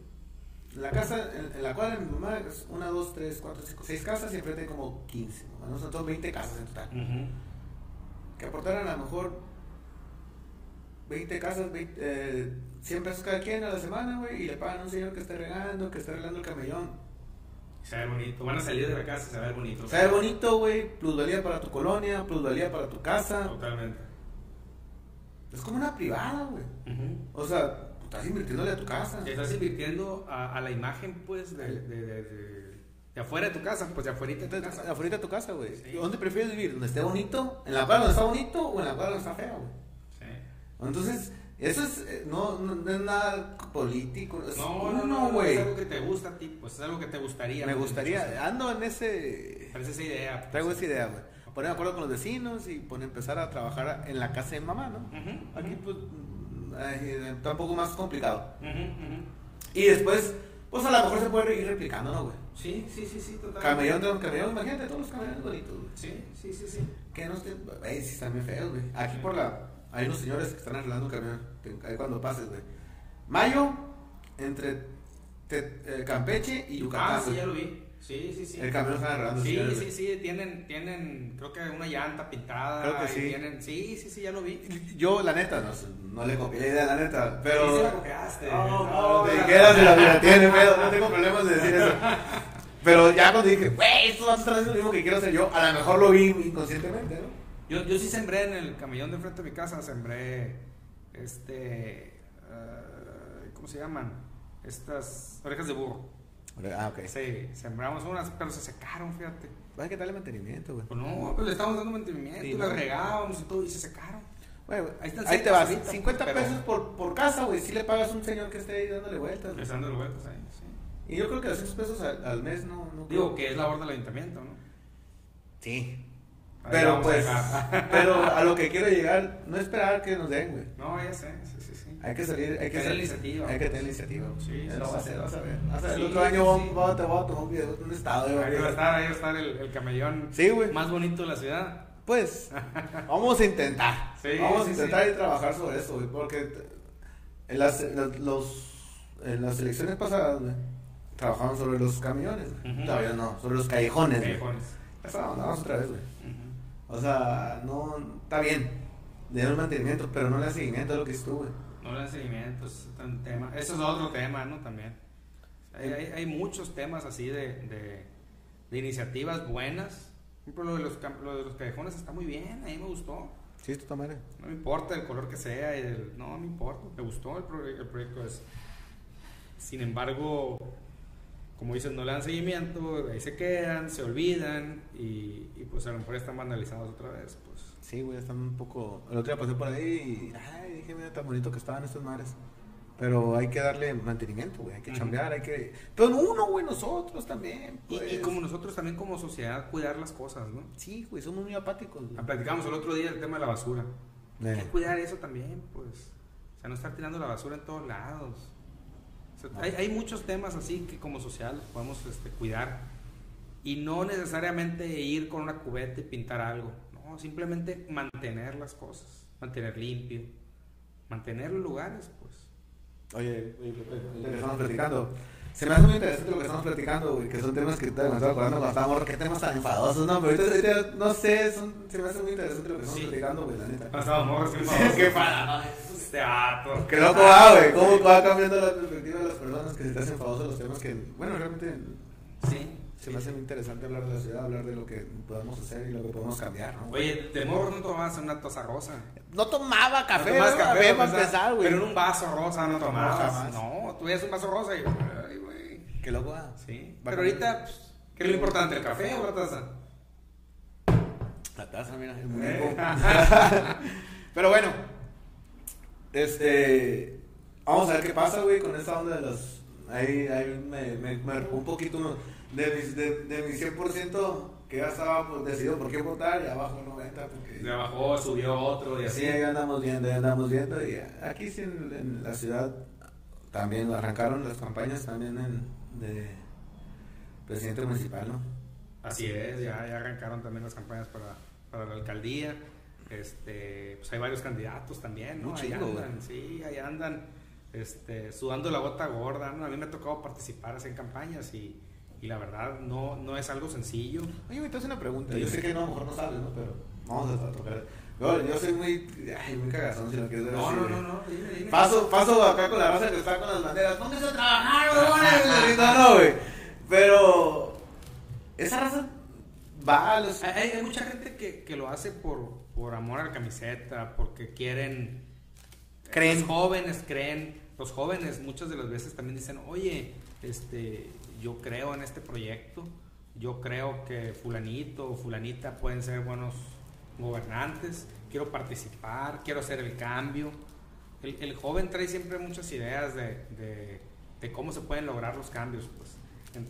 En la casa, en, en la cuadra de mi mamá, es una, dos, tres, cuatro, cinco, seis casas y enfrente hay como 15. ¿no? Son todos 20 casas en total. Ujú. que aportaran a lo mejor 20 casas, 20, eh, 100 pesos cada quien a la semana, güey, y le pagan a un señor que esté regando, que esté arreglando el camellón. Se ve bonito. Van a salir de la casa y se ve bonito. O sea, es bonito, güey, plusvalía para tu colonia, plusvalía para tu casa. Totalmente. Es como una privada, güey. O sea, estás invirtiéndole a tu casa. Te estás invirtiendo a, a la imagen, pues, de, de- de- de- de afuera de tu casa, pues de afuera de tu Entonces, casa. afuera de tu casa, güey. Sí. ¿Dónde prefieres vivir? ¿Donde esté bonito? ¿En la cuadra donde está bonito o en la cuadra donde está feo, güey? Sí. Entonces, eso es, eh, no, no, no es nada político. es No, no, pues, uno, no, güey. Es algo que te gusta a ti, pues es algo que te gustaría. Me pues, gustaría, ando en ese... Parece esa idea. pues. Traigo esa idea, güey. Ponerme de acuerdo con los vecinos y poner, empezar a trabajar en la casa de mamá, ¿no? Ujú, Aquí, pues, mm, ay, está un poco más complicado. ujú, ujú. Y después, pues a lo mejor se puede ir replicando, ¿no, güey? Sí, sí, sí, sí, totalmente. Camellón tras camellón, imagínate todos los camellones bonitos, güey. Sí, sí, sí, sí. Que no estén, güey, sí están bien feos, güey. Aquí por la, hay unos señores que están arreglando un camión, te- ahí cuando pases, güey. Mayo, entre te- eh, Campeche y Yucatán, Ah, sí, güey. ya lo vi. Sí, sí, sí. El camión está agarrando Sí, señores, sí, güey. sí, tienen, tienen, creo que una llanta pintada. Creo que y sí. Tienen, sí, sí, sí, ya lo vi. Yo, la neta, no, sé, no le copié la idea, la neta, pero... este, Sí, se la copiaste. No, te la- dijeras de la vida, tiene pedo, no tengo problemas de decir eso. Pero ya cuando dije, güey, esto va a ser lo mismo que quiero hacer yo, a lo mejor lo vi inconscientemente, ¿no? Yo, yo sí sembré en el camellón de frente a mi casa, sembré este. ah, ¿Cómo se llaman? Estas orejas de burro. Ah, ok. Sí, sembramos unas, pero se secaron, fíjate. ¿Qué tal el mantenimiento, güey? Pues no, pues le estábamos dando mantenimiento, Sí, le no. regábamos y todo, y se secaron. Güey, Ahí ahí, están te secas vas, ahorita, 50 pero- pesos por, por casa, güey, si le pagas a un señor que esté ahí dándole vueltas. güey. Empezando vueltas pues, ahí, sí. Y yo creo que 200 pesos al, al mes no... no creo- Digo que es labor del ayuntamiento, ¿no? Sí. Ahí la Pero vamos a pues, dejar. pero a lo que quiero llegar, no esperar que nos den, güey. No, ya sé, sí, sí, sí. Hay que salir, hay que Tener salir- iniciativa. Hay que tener iniciativa. Sí, Ya sí, lo sí, va a sí. hacer, vas a ver. Vas a ver. El Sí, otro año vamos- sí. vamos- te voy a tomar un video de un estado. de Ahí va a verdad. estar, ahí va a estar el, el camellón Sí, güey. más bonito de la ciudad. Pues, vamos a intentar. Sí, vamos sí, a intentar sí. y trabajar sobre eso, güey. Porque t- en las, las- los, en las elecciones pasadas, güey, trabajaron sobre los camiones. güey. Ujú. Todavía no, sobre los callejones, güey. Callejones. Esa onda, vamos otra vez, güey. Ujú. O sea, no, está bien. de un mantenimiento, pero no le da seguimiento a lo que estuvo. No le dan seguimiento, es un tema. Eso es otro tema, ¿no? También. Hay, hay, hay muchos temas así de, de, de iniciativas buenas. Por ejemplo, lo de, los, cam- lo de los callejones está muy bien, a mí me gustó. Sí, tu madre. No me importa el color que sea, y el- no me importa, me gustó el, pro- el proyecto. Es. Sin embargo, como dices, no le dan seguimiento, ahí se quedan, se olvidan y, y pues a lo mejor están vandalizados otra vez. Pues. Sí, güey, están un poco. El otro día pasé por ahí y. Ay, dije, mira, tan bonito que estaban estos mares. Pero hay que darle mantenimiento, güey. Hay que Ujú. chambear, hay que. Todo uno, güey, nosotros también. Y, pues. y como nosotros también como sociedad cuidar las cosas, ¿no? Sí, güey, somos muy apáticos, güey. Ah, Platicamos el otro día el tema de la basura. Hay Eh, que cuidar eso también, pues. O sea, no estar tirando la basura en todos lados. O sea, hay, hay muchos temas así que como sociedad los podemos este, cuidar. Y no necesariamente ir con una cubeta y pintar algo. No, simplemente mantener las cosas. Mantener limpio. Mantener los lugares, pues. Oye, oye, lo que estamos platicando. Se me hace muy interesante lo que estamos platicando, güey, que son temas que te me estaba acordando cuando estábamos, qué temas tan enfadosos, ¿no? Pero ahorita, ahorita, no sé, son- se me hace muy interesante lo que estamos Sí. platicando, güey, la neta. Pasado, morros, Sí, qué Ah, pues. para. Este vato. Qué loco va, güey, cómo va cambiando la perspectiva de las personas que se te hacen enfadosos los temas que, bueno, realmente Sí. se me hace muy interesante hablar de la ciudad, hablar de lo que podemos hacer y lo que podemos cambiar, ¿no? Oye, de morro no tomabas una taza rosa. No tomaba No güey, tomabas para empezar, pues, ah, Pero en un vaso rosa no tomabas. jamás. No, tuvieras un vaso rosa y. Ay, güey. Qué loco va. Sí. Va Pero cambiando. ahorita, pues, ¿qué es lo importante? ¿El café o la taza? La taza, mira. Eh. Pero bueno, este. Vamos a ver qué pasa, güey, con esta onda de los. Ahí, ahí me, me, me robó un poquito uno de mis, de, de mi 100% que ya estaba pues, decidido por qué votar y abajo 90 porque. Le bajó, subió otro y Sí, así. ahí andamos viendo, ahí andamos viendo. Y aquí sí en, en la ciudad también arrancaron las campañas también en, de presidente municipal, ¿no? Así es, ya, ya arrancaron también las campañas para, para la alcaldía. Este, pues hay varios candidatos también, ¿no? Un Ahí chingo, güey. andan, sí, ahí andan este, sudando la gota gorda, ¿no? A mí me ha tocado participar así en campañas y, y la verdad no, no es algo sencillo. Oye, güey, te hace una pregunta. Yo sé que no, a lo mejor no sabes, ¿no? Pero vamos a tocar. Yo, yo soy muy. Ay, muy cagazón, si lo quieres ver No, así, no, güey. no, no, dime, dime. Paso, paso acá con la raza que está con las banderas. Pónganse a trabajar, güey. No, no, güey. Pero. Esa raza va a los. Hay, hay- hay mucha gente que, que lo hace por, por amor a la camiseta, porque quieren. Creen. Los jóvenes creen. Los jóvenes muchas de las veces también dicen, oye, este, yo creo en este proyecto. Yo creo que fulanito o fulanita pueden ser buenos gobernantes. Quiero participar, quiero hacer el cambio. El, el joven trae siempre muchas ideas de, de- de cómo se pueden lograr los cambios. Pues.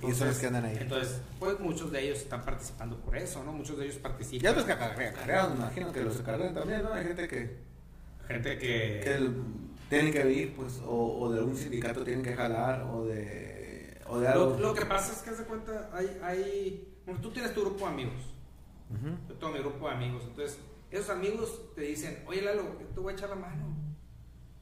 Y son los que andan ahí. Entonces, pues muchos de ellos están participando por eso, ¿no? Muchos de ellos participan. Ya los que acarrean, acarrean, me imagino que los acarrean también, ¿no? Hay gente que. Gente que que... el- tienen que vivir, pues. O, o de algún sindicato tienen que jalar, o de. O de algo. Lo, lo que pasa es que, haz de cuenta, hay... hay... Bueno, tú tienes tu grupo de amigos. Ujú. Yo tengo mi grupo de amigos. Entonces, esos amigos te dicen, oye Lalo, yo te voy a echar la mano.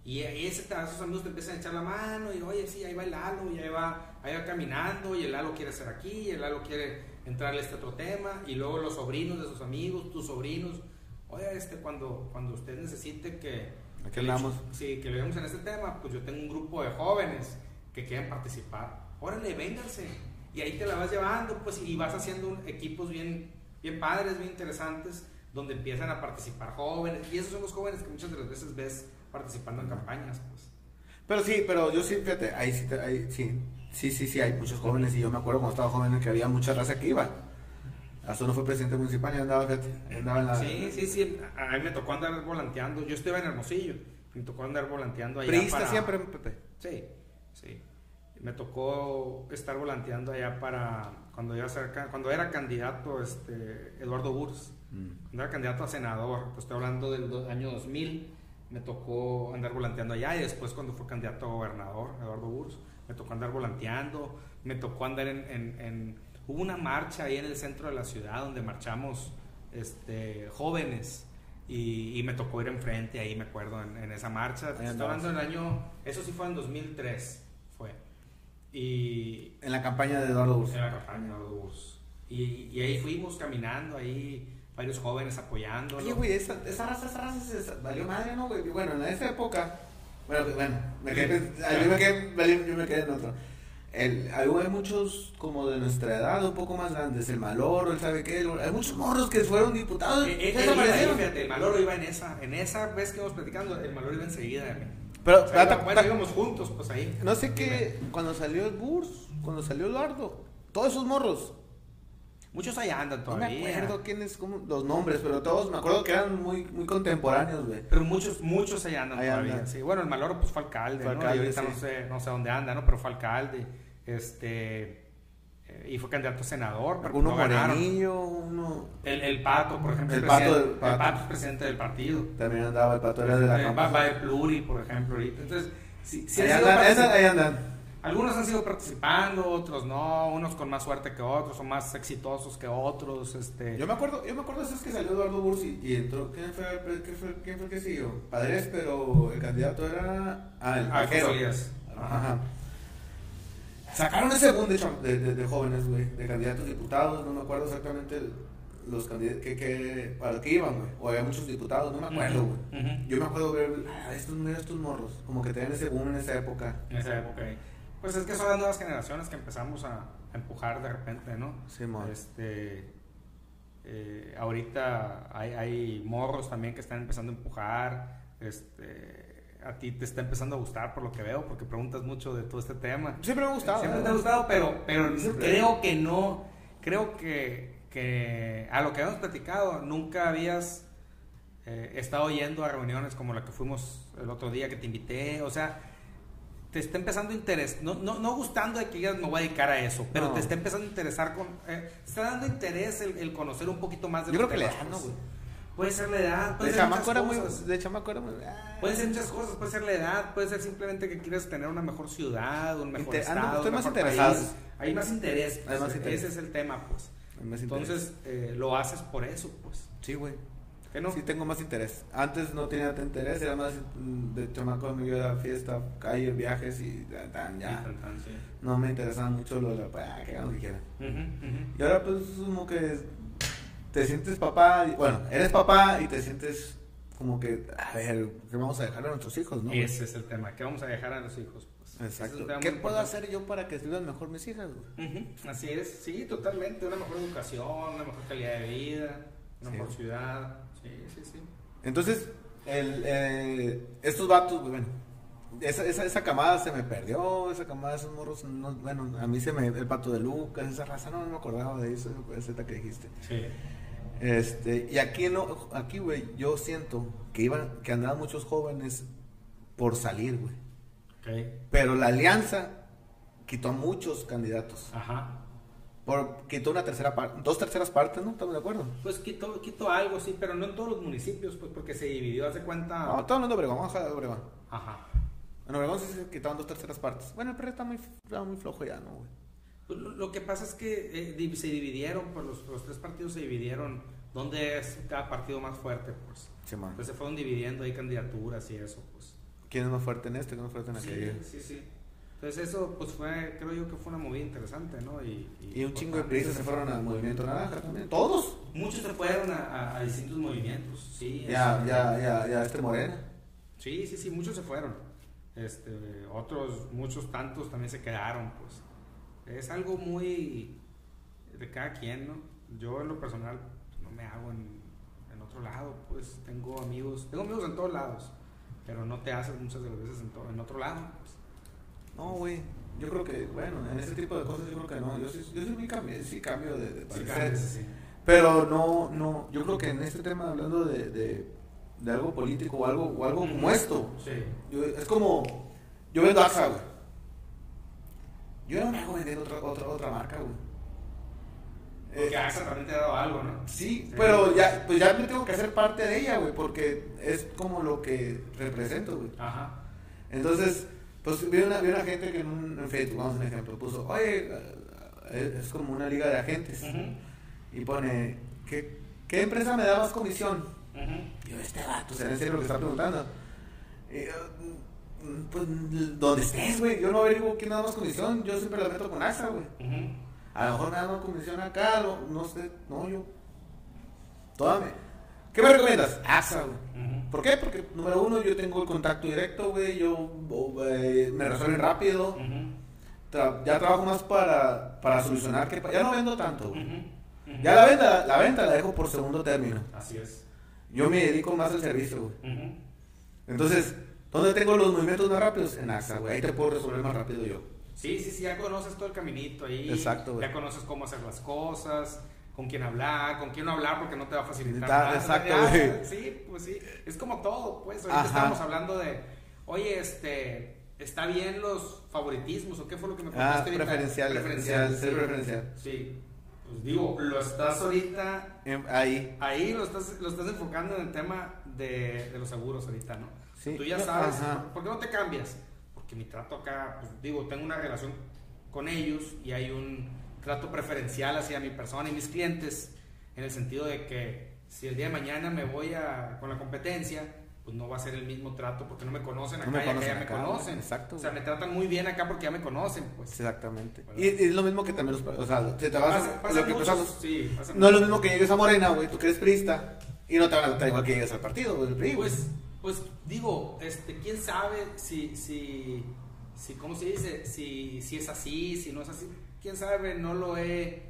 Y ahí ese, te- esos amigos te empiezan a echar la mano y, oye, sí, ahí va el Lalo, y ahí va, ahí va caminando, y el Lalo quiere hacer aquí, y el Lalo quiere entrarle a este otro tema, y luego los sobrinos de sus amigos, tus sobrinos, oye, este, cuando, cuando usted necesite que... Aquí que le andamos. eche- Sí, que le vemos en este tema, pues yo tengo un grupo de jóvenes que quieren participar. Órale, vénganse. Y ahí te la vas llevando, pues, y vas haciendo un- equipos bien, bien padres, bien interesantes, donde empiezan a participar jóvenes. Y esos son los jóvenes que muchas de las veces ves participando en campañas, pues. Pero sí, pero yo sí, fíjate, ahí sí, te- ahí sí, sí, sí, sí, hay muchos jóvenes y yo me acuerdo cuando estaba joven en que había mucha raza que iba. Hasta uno fue presidente municipal y andaba, fíjate, andaba en la... Sí, sí, sí. A a mí me tocó andar volanteando. Yo estuve en Hermosillo. Me tocó andar volanteando allá Priista para- siempre, Pepe. Sí, sí. Me tocó estar volanteando allá para cuando iba a ser ca- cuando era candidato este Eduardo Burs, cuando era candidato a senador, pues estoy hablando del do- año 2000, me tocó andar volanteando allá y después cuando fue candidato a gobernador Eduardo Burs, me tocó andar volanteando, me tocó andar en, en- en- hubo una marcha ahí en el centro de la ciudad donde marchamos este jóvenes y, y me tocó ir enfrente ahí me acuerdo en, en esa marcha, Ahí estoy andabas. hablando del año, eso sí fue en 2003 fue. Y, pues, En la campaña de Eduardo Bursa. era campaña, los dos. Y, y ahí fuimos caminando, ahí varios jóvenes apoyándolo. Oye, güey, esa, esa raza, esa raza se se valió madre, ¿no, güey? Y Bueno, en esa época, bueno, pues, bueno, me quedé, pens- ah, yo, me quedé, vale, yo me quedé en otro. El, hay, hay muchos como de nuestra edad, un poco más grandes, el Maloro, el sabe qué, el- hay muchos morros que fueron diputados. Eh, eh, que él iba ahí, desaparecieron. fíjate, el Maloro iba en esa. En esa vez que íbamos platicando, el Maloro iba enseguida. güey. Pero, O sea, ta- bueno, ta- íbamos juntos, pues ahí. no sé qué, cuando salió el Burs, cuando salió el Lardo, todos esos morros, Muchos ahí andan no todavía. me acuerdo quiénes, cómo- los nombres, pero todos me acuerdo que eran muy, muy contemporáneos, güey. Pero muchos, muchos ahí andan Ahí todavía. andan. Sí, bueno, el Maloro pues fue alcalde, Fue ¿no? alcalde, y ahorita sí. no, sé, no sé dónde anda, ¿no? Pero fue alcalde. Este, eh, y fue candidato a senador, pero Uno no ganaron. morenillo, uno... El, el Pato, por ejemplo. El es Pato presidente- del- el Pato. Pato es presidente del partido. También andaba el pato, era de la Eh, va, campaña. va de Pluri, por ejemplo, ahorita. Entonces, sí, sí ahí, han sido andan, particip- esa- ahí andan. algunos han sido participando, otros no, unos con más suerte que otros, son más exitosos que otros. Este, Yo me acuerdo, yo me acuerdo esa es que salió Eduardo Bursi y entró, ¿quién fue, el pre- quién fue, quién fue el que siguió? Padres, pero el candidato era... Ah, el Ah, Vaquero. José Elías. Ajá. Sacaron ese boom de, cham- de, de- de jóvenes, güey, de candidatos diputados, no me acuerdo exactamente el- los candidatos, que, que, para qué iban, güey, o había muchos diputados, no me acuerdo, güey. Ujú. Yo me acuerdo ver, ah, estos, mira estos morros, como que tenían ese boom en esa época. En esa época. Pues es que son las nuevas generaciones que empezamos a, a empujar de repente, ¿no? Sí, mon. Este, eh, ahorita hay, hay morros también que están empezando a empujar. Este, a ti te está empezando a gustar por lo que veo, porque preguntas mucho de todo este tema. Siempre me ha gustado. Siempre te ha gustado, pero, pero Siempre. creo que no. Creo que, que a lo que habíamos platicado, nunca habías eh, estado yendo a reuniones como la que fuimos el otro día que te invité. O sea, te está empezando a interesar. No, no, no gustando de que digas me voy a dedicar a eso, pero No. te está empezando a interesar. con eh, te está dando interés el, el conocer un poquito más de Yo los creo que le temas, dan, ¿no, pues. güey? Puede ser la edad, puede De ser muchas chamaco era muy. cosas. De chamaco era muy. ah, Puede ser muchas cosas, puede ser la edad, puede ser simplemente que quieres tener una mejor ciudad, un mejor Inter- ah, no, estado, estoy un más mejor interesado. país. Hay más interés, pues, Hay más interés. ese es el tema, pues. hay Ah, más interés. Entonces, eh, lo haces por eso, pues. Sí, güey. ¿Qué no? Sí, tengo más interés. Antes no tenía tanto interés, era más mm, de chamaco, me iba a fiesta, calle, viajes y tan, tan, Sí, ya. tan, tan, sí. No me interesaba mucho lo de la. ah, que hagan lo que quieran. Ujú, ujú. Y ahora, pues, como que te sientes papá, y- bueno, eres papá y te sientes como que, a ver, ¿qué vamos a dejar a nuestros hijos, no? güey? Ese es el tema, que vamos a dejar a los hijos, pues. Ese es Exacto. un tema ¿Qué muy puedo importante. hacer yo para que vivan mejor mis hijas, güey? Ujú, Así es, sí, totalmente. Una mejor educación, una mejor calidad de vida, una Sí. mejor ciudad. Sí, sí, sí. Entonces, el, eh, estos vatos, güey, bueno, esa, esa, esa camada se me perdió, esa camada de esos morros, no, bueno, a mí se me, el pato de Lucas, esa raza, no, no me acordaba de eso, esa que dijiste. Sí. Este, y aquí, no, aquí, güey, yo siento que iban, que andaban muchos jóvenes por salir, güey. Ok. Pero la alianza quitó a muchos candidatos, Ajá. por, quitó una tercera parte, dos terceras partes, ¿no? ¿Estamos de acuerdo? Pues quitó, quitó algo, sí, pero no en todos los municipios, pues porque se dividió, hace cuenta. No, todo el mundo Obregón, vamos a dejar a Obregón. Ajá. En Obregón sí se quitaban dos terceras partes. Bueno, el perro está muy, está muy flojo ya, ¿no, güey? Pues, Lo, lo que pasa es que eh, di- se dividieron, pues los, los tres partidos se dividieron. ¿Dónde es cada partido más fuerte? Pues Sí, man. Entonces se fueron dividiendo ahí candidaturas y eso, pues. ¿Quién es más fuerte en este? ¿Quién es más fuerte en Sí, aquello? sí, sí. Entonces eso, pues fue, creo yo que fue una movida interesante, ¿no? Y, pues, Y un chingo de importante. periodistas se fueron al Movimiento Naranja también. ¿Todos? Muchos se fueron a, a- a distintos movimientos, sí. Ya, este, ya, ya, ya, este Morena. Sí, sí, sí, muchos se fueron. Este, otros, muchos tantos también se quedaron, pues. Es algo muy de cada quien, ¿no? Yo en lo personal no me hago en, en otro lado, pues tengo amigos, tengo amigos en todos lados, pero no te haces muchas de las veces en, to- en otro lado. pues. No, güey. Yo creo que, bueno, en ese tipo de cosas yo creo que no. Yo sí, yo sí, me cambio, sí cambio de, de Sí, parecer. cambias, pues, sí. Pero no, no. Yo creo que en este tema, hablando de, de, de algo político o algo, o algo como esto, Sí. Yo- es como. Yo vendo AXA, güey. Yo no me hago vender otra, otra, otra marca, güey. Porque Eh, AXA también te ha dado algo, ¿no? sí, Sí. pero ya, pues ya me tengo que hacer parte de ella, güey, porque es como lo que represento, güey. Ajá. Entonces, pues vi una, vi una gente que en, un- en Facebook, vamos a un ejemplo, puso, oye, eh, es como una liga de agentes. Ujú, Y pone, ¿qué, ¿qué empresa me da más comisión? ujú. Yo, este vato, ¿será en serio lo que está preguntando? Eh, mm, pues, donde estés, güey. Yo no averiguo quién da más comisión. Yo siempre la meto con AXA, güey. Ujú. A lo mejor me da más comisión acá, lo- no sé. No, yo. Toda me- ¿Qué me recomiendas? AXA, güey. Ujú. ¿Por qué? Porque, número uno, yo tengo el contacto directo, güey. Yo oh, eh, me resuelven rápido. Ujú. Tra- ya trabajo más para, para solucionar que... pa- Ya no vendo tanto, güey. Ujú. Ujú. Ya la venta, la venta la dejo por segundo término. Así es. Yo me dedico más al servicio, güey. Ujú. Entonces, ¿dónde tengo los movimientos más rápidos? En AXA, güey. Ahí te puedo resolver más rápido yo. Sí, sí, sí, ya conoces todo el caminito ahí. Exacto, güey. Ya conoces cómo hacer las cosas, con quién hablar, con quién no hablar porque no te va a facilitar. Está- nada. exacto, Ya, güey. Sí, pues sí. Es como todo, pues. Ahorita Ajá. estábamos hablando de, oye, este, ¿está bien los favoritismos o qué fue lo que me Ah, contaste ahorita? preferencial, preferencial, sí. ser preferencial. Sí. Pues digo, lo estás ahorita, Em, Ahí. ahí lo estás, lo estás enfocando en el tema de, de los seguros ahorita, ¿no? Sí. Tú ya sabes, Ajá. ¿por qué no te cambias? Porque mi trato acá, pues, digo, tengo una relación con ellos y hay un trato preferencial hacia mi persona y mis clientes, en el sentido de que si el día de mañana me voy a, con la competencia, pues no va a ser el mismo trato porque no me conocen No acá me y acá conocen ya acá, me conocen. exacto, O sea, güey. me tratan muy bien acá porque ya me conocen, pues. Exactamente. Bueno. Y, y es lo mismo que también los... O sea, te, te vas Pasa- a- pasa lo que muchos- empezamos. sí, pasa No es lo mucho. mismo que llegues a Morena, güey. Tú que eres priista. Y no te van a tratar igual que llegues al partido, güey. del PRI, güey. Pues, pues digo, este, quién sabe si, si, si, ¿cómo se dice? Si, si es así, si no es así. Quién sabe, no lo he,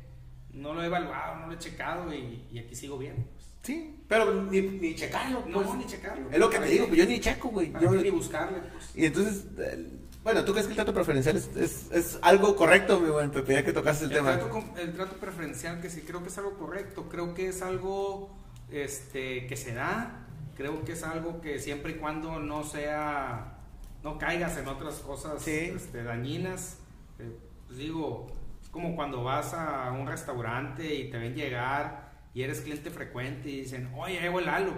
no lo he evaluado, no lo he checado y, y aquí sigo bien. pues. Sí. Pero ni, ni checarlo, No, pues. ni checarlo. Es lo que ¿Para te qué? digo, pues yo ni checo, güey. Para Yo- qué ni buscarle, pues. Y entonces, el- bueno, ¿tú crees que el trato preferencial es, es, es algo correcto, mi buen Pepe? Ya que tocaste el, El tema. trato, con- el trato preferencial, que sí, creo que es algo correcto, creo que es algo este, que se da, creo que es algo que siempre y cuando no sea, no caigas en otras cosas Sí. este, dañinas. Eh, pues digo, es como cuando vas a un restaurante y te ven llegar y eres cliente frecuente y dicen, oye, llegó el Lalo.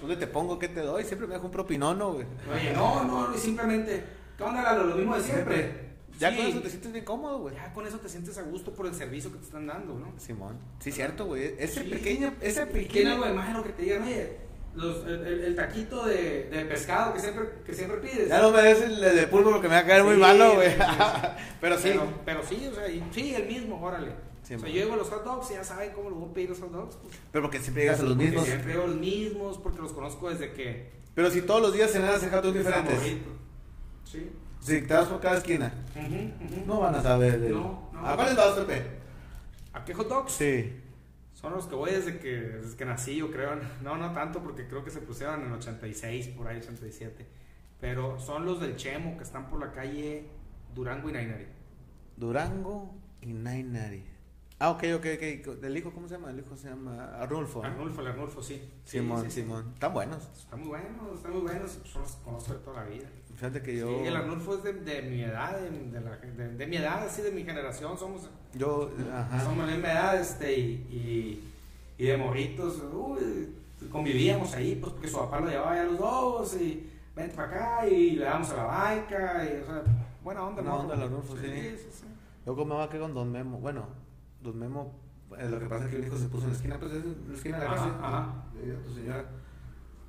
¿Dónde te pongo? ¿Qué te doy? Siempre me dejo un propinono, güey. Oye, no, no, y simplemente, ¿qué onda Lalo? Lo mismo de siempre. Siempre. Ya Sí, con eso te sientes bien cómodo, güey. ya con eso te sientes a gusto por el servicio que te están dando, ¿no? Simón. Sí, cierto, güey. Ese Sí. pequeño, ese Y tiene pequeño... algo de más en lo que te digan, oye, los- el, el- el taquito de, de pescado que siempre, que siempre pides. Ya no me des el de pulpo porque me va a caer muy Sí, malo, güey. sí, sí. Pero sí. Pero, pero sí, o sea, y- sí, el mismo, órale. Sí, o sea, man. yo llevo los hot dogs y ya saben cómo los voy a pedir los hot dogs. pues, Pero porque siempre llegas a los porque mismos. Siempre llevo los mismos porque los conozco desde que... Pero si todos los días cenas hot dogs estaba diferentes. morrito. Sí. Si te vas por cada esquina. Ujú, ujú. No van a saber. de- No, no. ¿A cuáles vas, Pepe? ¿A qué hot dogs? Sí. Son los que voy desde que, desde que nací, yo creo. No, no tanto, porque creo que se pusieron en el 86, por ahí 87. Pero son los del Chemo, que están por la calle Durango y Nainari. Durango y Nainari. Ah, ok, ok, ok. ¿El hijo cómo se llama? El hijo se llama Arnulfo. ¿no? Arnulfo, el Arnulfo, sí. Sí, Simón, sí, sí. Simón. Están buenos. Está muy bueno, está muy bueno. Yo los conozco de toda la vida. Fíjate que yo. Sí, el Arnulfo es de, de mi edad, de, de la- de- de mi edad, así de mi generación. Somos, Yo, ajá. somos de la misma edad este, y, y- y de morritos. uy, convivíamos ahí, pues porque su papá lo llevaba ya a los dos y vente para acá y le damos a la banca. Y, o sea, buena onda, Buena morro. onda el Arnulfo, sí. sí, sí. Yo comaba que con Don Memo. Bueno, Don Memo. eh, lo que pasa es que el hijo se puso en la esquina, pues es en la esquina de la Ajá, casa. ajá. Le digo a tu señora.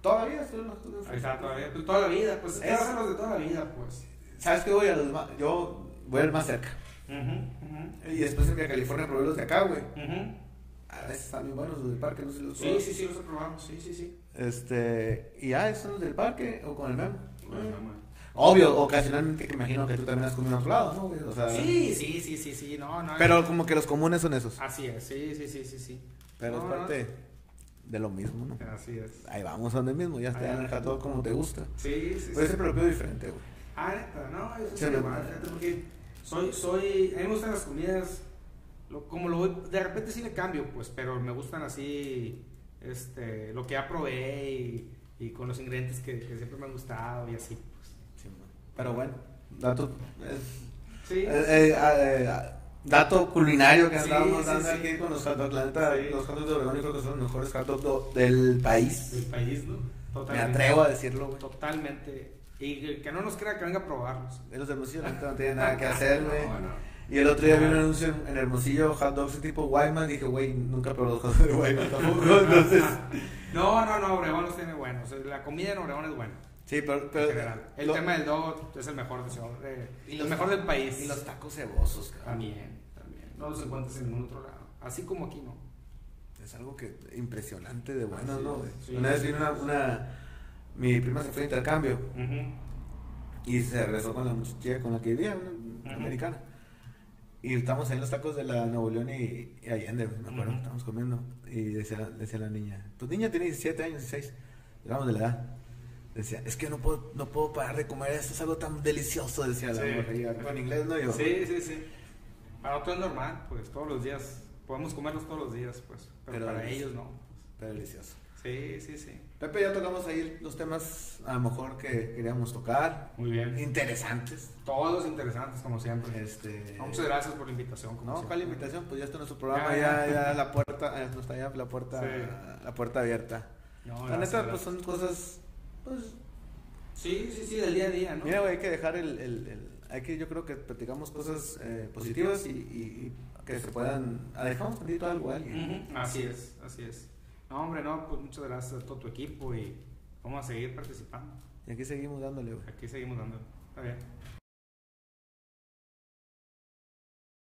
Todavía estoy en los estudios. Ahí está, todavía, pues, toda la vida, pues Es- es los de toda la vida, pues. ¿Sabes qué voy a los más? Yo voy al más cerca. Y después en Via California probé los de acá, güey. A veces están bien buenos los del parque, no sé si los Sí, probas. sí, sí, los aprobamos, sí, sí, sí. Este, y ya, esos son los del parque o con el Memo. Obvio, ocasionalmente que imagino que tú también has comido a otro lado, ¿no? güey? O sea, Sí, sí, sí, sí, sí, no, no. Pero como que los comunes son esos. Así es, sí, sí, sí, sí, sí. Pero No, es no, parte de lo mismo, ¿no? no. Así es. Ahí vamos a donde mismo, ya Ahí está en el vamos. todo como te gusta. Sí, sí, Pero sí. siempre lo pido diferente, güey. Ah, neta, no, eso Sí, es no. igual, fíjate, porque soy, soy, a mí me gustan las comidas, lo- como lo voy, de repente sí le cambio, pues, pero me gustan así, este, lo que ya probé y, y con los ingredientes que, que siempre me han gustado y así, pues. Pero bueno, dato, es- Sí, eh, eh, ah, eh, ah, dato culinario que Sí, andamos sí, dando sí. aquí con los hot dogs. La neta, Sí. los hot dogs de Obregón yo creo que son los mejores hot dogs do- del el país. país, ¿no? eh. Me atrevo a decirlo, güey. Totalmente. Y que- que no nos crea que venga a probarlos. De Los de Hermosillo la neta no tienen nada que hacer, güey. Ah, No, Ah. no. Y el otro día vi un anuncio en, en Hermosillo, hot dogs tipo Wyman. Dije, güey, nunca probé los hot dogs de Wyman tampoco. Entonces, Ah. No, no, no, Obregón los tiene buenos. La comida en Obregón es buena. sí, pero. en pero general. El lo- tema del dogo es el mejor de Ciudad- de- Y el los- mejor del país. Y los tacos cebosos, cabrón. También, también. No los encuentras en ningún otro lado. Así como aquí no. es algo que impresionante de bueno, ¿no? güey? sí. Una vez vino una, una- Mi prima se fue a intercambio Ujú, y se regresó con la muchacha con la que vivía, una una Ujú. americana. Y estábamos en los tacos de la Nuevo León y, y Allende, me acuerdo, Ujú. estábamos comiendo. Y decía, decía la niña, tu niña tiene 17 años, 16, éramos de la edad. Decía, es que no puedo, no puedo parar de comer, esto es algo tan delicioso, decía la Sí. morra. Y yo, "Bueno, en inglés no yo. Sí, sí, sí. Para nosotros es normal, pues todos los días. Podemos comerlos todos los días, pues. Pero, Pero para es- ellos no. Está delicioso. Sí, sí, sí. Pepe, ya tocamos ahí los temas a lo mejor que queríamos tocar, Muy bien. interesantes. Todos interesantes, como siempre. Este, Muchas gracias por la invitación. como No, siempre. ¿cuál invitación? Pues ya está nuestro programa, ya, Ya, ya. ya la puerta, eh, no está ya la puerta, Sí. la puerta abierta. No, la gracias, neta, pues gracias. son cosas, pues, Sí, sí, sí, del día a día, ¿no? mira, güey, hay que dejar el, el, el- hay que, yo creo que platicamos cosas eh, positivas y, y- y que se puedan, ah, dejamos tantito algo a alguien. Ujú, Así es, así es. No, hombre, no, pues muchas gracias a todo tu equipo y vamos a seguir participando. Y aquí seguimos dándole, güey. Aquí seguimos dando. Está bien.